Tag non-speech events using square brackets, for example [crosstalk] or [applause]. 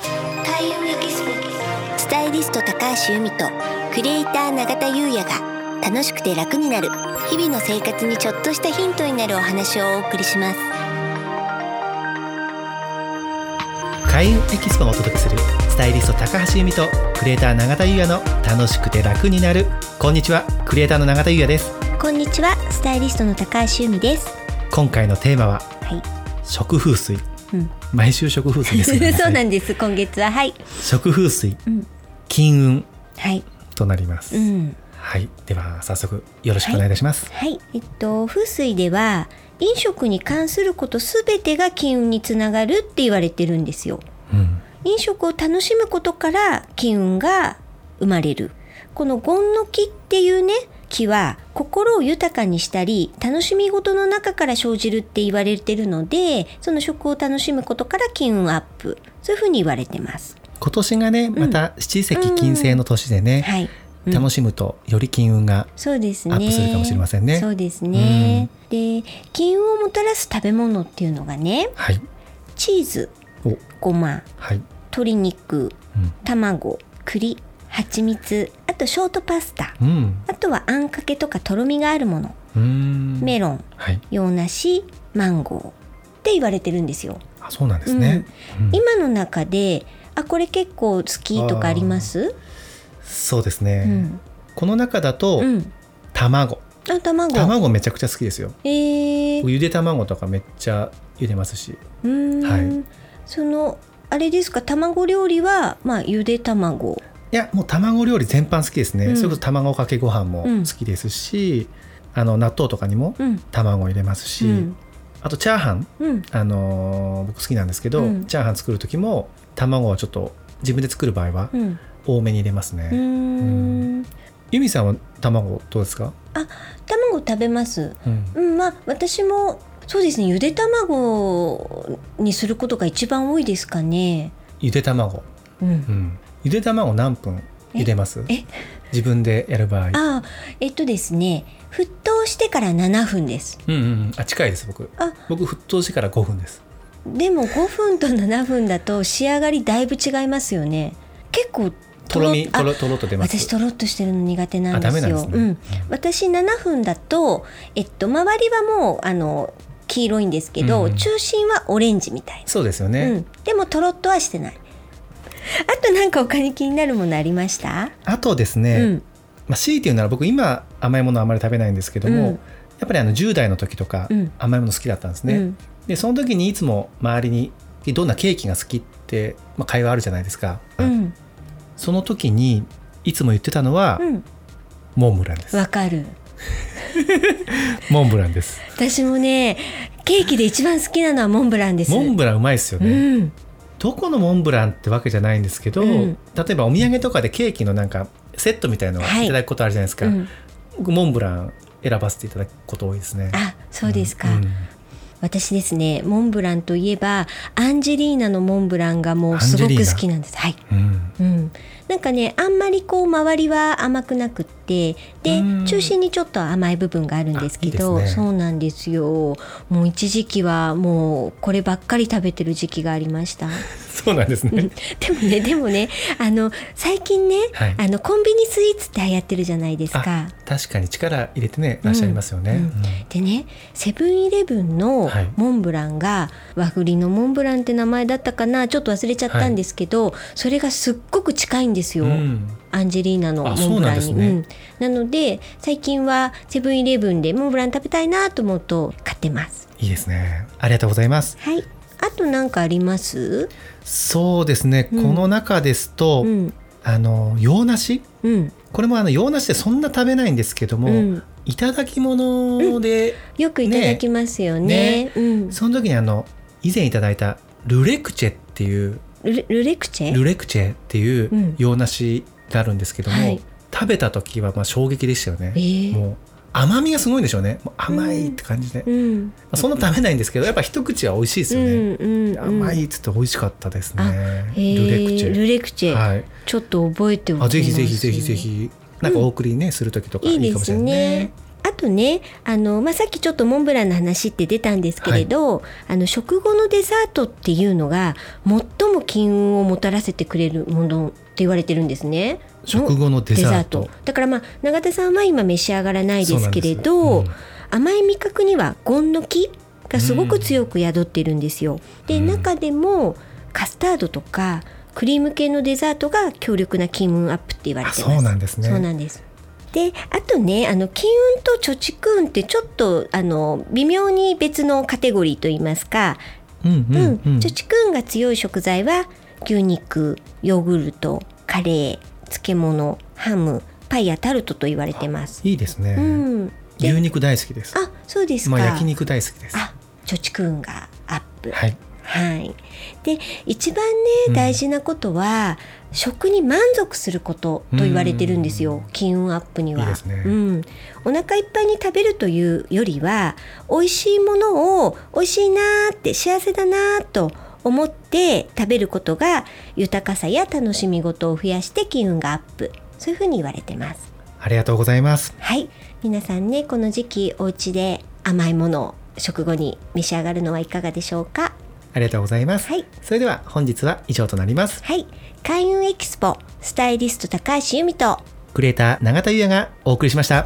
田優也キススタイリスト高橋由美とクリエイター永田優也が楽しくて楽になる日々の生活にちょっとしたヒントになるお話をお送りします開運エキスポをお届けするスタイリスト高橋由美とクリエイター永田優也の楽しくて楽になるこんにちはクリエイターの永田優也ですこんにちはスタイリストの高橋由美です今回のテーマははい、食風水うん、毎週食風水です [laughs] ねそう [laughs] なんです今月ははい食風水うん金運はいとなります、うんはいでは早速よろしくお願いいたします、はいえっと風水では飲食に関することすべてが金運につながるって言われてるんですようん飲食を楽しむことから金運が生まれるこの権の木っていうね木は心を豊かにしたり楽しみ事の中から生じるって言われてるのでその食を楽しむことから金運アップそういうふうに言われてます今年がねまた七石金星の年でね、はい、うん楽しむとより金運がそうですねアップするかもしれませんねそうですね、で金運をもたらす食べ物っていうのがねはいチーズおごまはい、鶏肉卵栗蜂蜜あとショートパスタうん、うんあとはあんかけとかとろみがあるものうーんメロンはい洋梨マンゴーって言われてるんですよ、あそうなんですね、うん今の中であこれ結構好きとかありますそうですうね、ん、この中だと、うん、卵あ卵卵めちゃくちゃ好きですよえー、ゆで卵とかめっちゃ茹でますしうーん、はいそのあれですか卵料理はまあゆで卵いやもう卵料理全般好きですね、うんそれこそ卵かけご飯もうん好きですし、あの納豆とかにもうん卵入れますうし、んあとチャーハン、うんあのー僕好きなんですけど、うんチャーハン作る時も卵はちょっと自分で作る場合はうん多めに入れますうーね、んゆみさんは卵どうですか、卵食べますうんうんまあ私もそうですねゆで卵にすることが一番多いですかねゆで卵、うんうん、ゆで卵何分茹でますえ自分でやる場合ああえっとですね沸騰してから7分ですうんうんうんあ近いです僕あ僕沸騰してから5分ですでも5分と7分だと仕上がりだいぶ違いますよね結構とろみあとろとろっと出ます私とろっとしてるの苦手なんですよあダメなんですねうん、私7分だと、えっと、周りはもうあの黄色いんですけど、うん中心はオレンジみたいそうですよな、ね、うん、でもとろっとはしてないあとなんか他に気になるものありました、あとですね、うんまあ、強いて言うなら僕今甘いものあまり食べないんですけども、うんやっぱりあの10代の時とかうん甘いもの好きだったんですね、うんでその時にいつも周りにどんなケーキが好きって、まあ、会話あるじゃないですか、うんその時にいつも言ってたのは、うん、モンブランですわかるモンブランです私もねケーキで一番好きなのはモンブランですモンブランうまいですよね、うんどこのモンブランってわけじゃないんですけど、うん例えばお土産とかでケーキのなんかセットみたいのをいはいただくことあるじゃないですか、うん、僕モンブラン選ばせていただくこと多いですねあそうですか、ん私ですねモンブランといえばアンジェリーナのモンブランがもうすごく好きなんですはいうんうん、なんかねあんまりこう周りは甘くなくってでうん中心にちょっと甘い部分があるんですけどあいいですねそうなんですよもう一時期はもうこればっかり食べてる時期がありま [laughs] したそうなんですね。でもねでもねあの最近ね、はいあのコンビニスイーツって流行ってるじゃないですかあ。確かに力入れてねらっしゃいますよね。うんでねセブンイレブンのはいモンブランが、和栗のモンブランって名前だったかなちょっと忘れちゃったんですけど、それがすっごく近いんですうよ。んアンジェリーナのあモンブランにそうなんうんなので最近はセブンイレブンでモンブラン食べたいなと思うと買ってますいいですね。ありがとうございます。はいあと何かありますそうですね。うんこの中ですと、うんあの洋梨うんこれもあの洋梨ってそんな食べないんですけども、うんいただき物で、よくいただきますよねうん、その時にあの以前いただいたルレクチェっていうルルレクチェルレクチェっていうんう洋梨があるんですけども、はい食べた時はまあ衝撃でしたよね。えー、もう甘みがすごいんでしょうね。もう甘いって感じで。うんまあそんな食べないんですけどやっぱ一口は美味しいですうよね、んうんうん甘いっつって美味しかったですねあへルレクチーェルレクチェ、はい、ちょっと覚えておきまあすぜひぜひぜひぜひなんかお送りね、する時とかいいいいでかもしすれないねねあとねあの、まあ、さっきちょっとモンブランの話って出たんですけれど、あの食後のデザートっていうのが最も金運をもたらせてくれるものって言われてるんですね。食後のデザートだからまあ永田さんは今召し上がらないですけれそうど、なんです甘い味覚にはゴンの木がすごく強く宿っているんですよ。でうん中でもカスタードとかクリーム系のデザートが強力な金運アップって言われてます。あそうなんですねそうなんですであとねあの金運と貯蓄運ってちょっとあの微妙に別のカテゴリーといいますか、うんううんんうん貯蓄運が強い食材は牛肉ヨーグルトカレー漬物ハムパイやタルトと言われてます。いいですね、うん、で牛肉大好きですあそうですか、まあ焼肉大好きですあ貯蓄運がアップはいはい、で一番うねん大事なことは、食に満足することと言われてるんですよ、金運アップには。いいですねうん、お腹いっぱいに食べるというよりは美味しいものを美味しいなーって幸せだなーと思って食べることが豊かさや楽しみ事を増やして金運がアップそういうふうに言われてます。ありがとうございますはい皆さんねこの時期お家で甘いものを食後に召し上がるのはいかがでしょうかありがとうございます、はいそれでは本日は以上となりますはい開運エキスポスタイリスト高橋由美とクリエイター永田裕也がお送りしました